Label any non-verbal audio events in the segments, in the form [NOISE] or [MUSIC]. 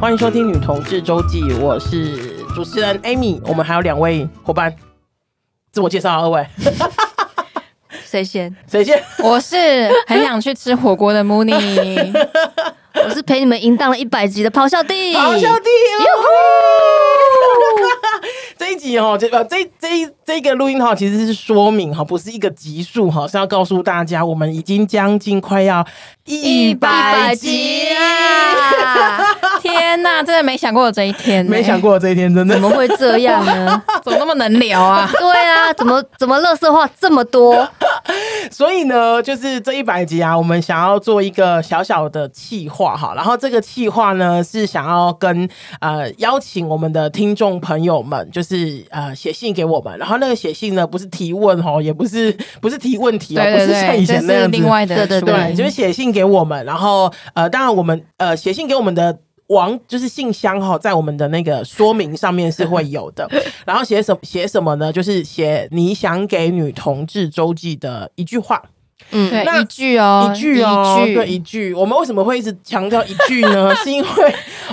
欢迎收听《女同志周记》，我是主持人 Amy，我们还有两位伙伴，自我介绍啊，二位， [LAUGHS] 谁先？谁先？我是很想去吃火锅的 [LAUGHS] Mooney，我是陪你们淫荡了一百集的咆哮帝。好兄弟，哦这一集哦，这呃这这一这一个录音哈，其实是说明哈，不是一个集数哈，是要告诉大家，我们已经将近快要一百集啊！天呐，真的没想过有这一天、没想，过这一天，真的欸怎么会这样 [LAUGHS] 呢？怎么那么能聊啊？对啊，怎么怎么乐色话这么多？所以呢，就是这一百集啊，我们想要做一个小小的企划哈，然后这个企划呢是想要跟呃邀请我们的听众朋友们，就是呃写信给我们，然后那个写信呢不是提问哦，也不是不是提问题哦，对对不是像对，以这前那是样子，另外的对对书对对，就是写信给我们，然后呃，当然我们呃写信给我们的。网就是信箱哈，在我们的那个说明上面是会有 [LAUGHS] 的。然后写什么写什么呢？就是写你想给女同志周记的一句话，嗯，那对一句哦，一句哦，一对句一句。我们为什么会一直强调一句 [LAUGHS] 呢？是因为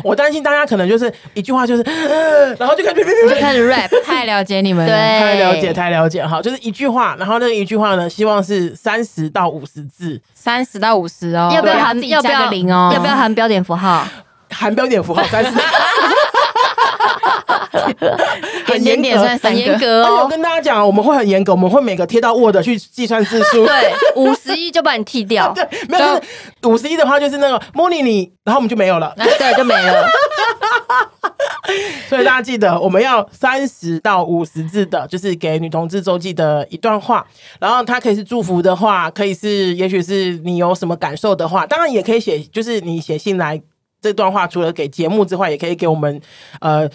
我担心大家可能就是一句话就是，呃然后就开始哔哔哔哔就开始 rap。 [LAUGHS] 太了解你们了，对太了解，太了解，好，就是一句话，然后那一句话呢，希望是三十到五十字，三十到五十哦，要不要自含？己要不加要个零哦？要不要含标点符号？含标点符 [LAUGHS] 号三十，很点严点点格算。三很个严格而且我哦。跟大家讲，我们会很严格，我们会每个贴到 Word 去计算字数。 [LAUGHS] 对，五十一就把你剃掉，对，没有，就是五十一的话就是那个 m o n 你，然后我们就没有了。那 [LAUGHS] 对就没了。所以大家记得，我们要三十到五十字的，就是给女同志周记的一段话。然后它可以是祝福的话，可以是也许是你有什么感受的话，当然也可以写，就是你写信来这段话，除了给节目之外，也可以给我们呃。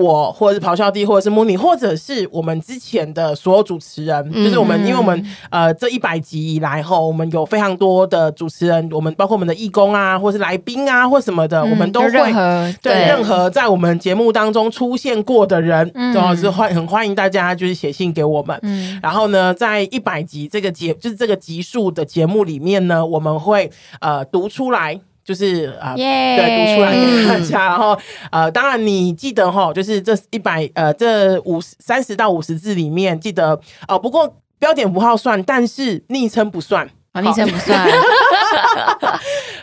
我或者是咆哮帝，或者是 Mooney，或者是我们之前的所有主持人，就是我嗯们，因为我们呃这一百集以来后，我们有非常多的主持人，我们包括我们的义工啊，或是来宾啊，或什么的，我们嗯都就会任何对对任何在我们节目当中出现过的人，嗯然后是欢很欢迎大家就是写信给我们。嗯然后呢，在一百集这个节就是这个集数的节目里面呢，我们会呃读出来，就是呃耶对，读出来给大嗯家。然后呃，当然你记得哈，就是这一百呃这五十三十到五十字里面，记得呃，不过标点符号算，但是昵称不算。好昵称不算，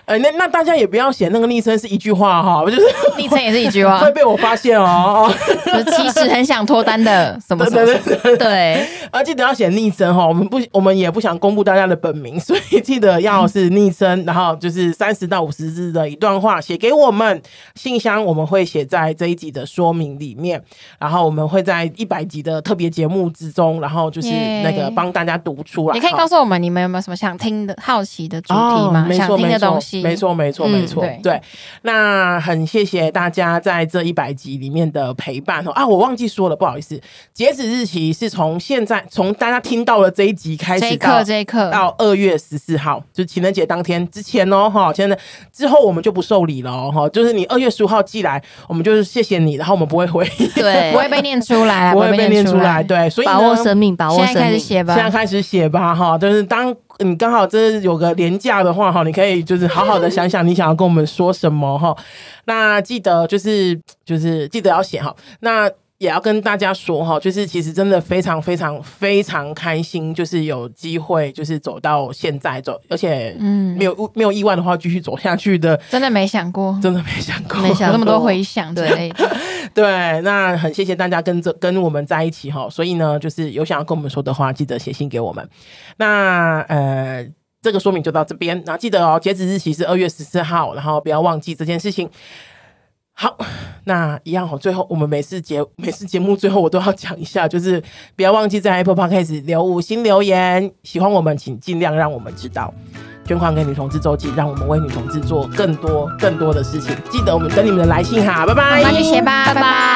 呃，那那大家也不要写那个昵称是一句话哈，就是昵称也是一句话 [LAUGHS] 会，被我发现哦。就是其实很想脱单的什么对什么对什么，对，对，而记得要写昵称哈，我们不我们也不想公布大家的本名， [LAUGHS] 所以记得要是昵称，然后就是三十到五十字的一段话写给我们，信箱我们会写在这一集的说明里面，然后我们会在一百集的特别节目之中，然后就是耶那个帮大家读出来。你可以哈告诉我们你们有没有什么想听的、好奇的主题哦吗？没想错，听没的错，东西，没错，没错，嗯没错。对对，那很谢谢大家在这一百集里面的陪伴哦。啊，我忘记说了，不好意思，截止日期是从现在从大家听到了这一集开这始一刻，到。这一刻，到二月十四号，就情人节当天之前哦，哈，现在之后我们就不受理了哦，哈，就是你二月十五号寄来，我们就是谢谢你，然后我们不会回，对不，会被哎念出来，不会被念出来，来。对，所以呢把握生命，把握现在生开始命。写吧现。在开始写吧，哈，就是当你刚好这有个廉价的话，哈，你可以就是好好的想想你想要跟我们说什么，哈。那记得就是就是记得要写哈，那。也要跟大家说哈，就是其实真的非常非常非常开心，就是有机会就是走到现在走，而且嗯没有没有意外的话继续走下去的，真的没想过，真的没想过，没想有那么过多回响之类的。 [LAUGHS] 对，那很谢谢大家跟着跟我们在一起哈，所以呢，就是有想要跟我们说的话，记得写信给我们。那呃。这个说明就到这边，然后记得哦，截止日期是二月十四号，然后不要忘记这件事情。好，那一样哦。最后，我们每次节每次节目最后我都要讲一下，就是不要忘记在 Apple Podcast 留五星留言。喜欢我们，请尽量让我们知道，捐款给女同志周记，让我们为女同志做更多更多的事情。记得我们等你们的来信哈，拜拜，那就写吧，拜拜。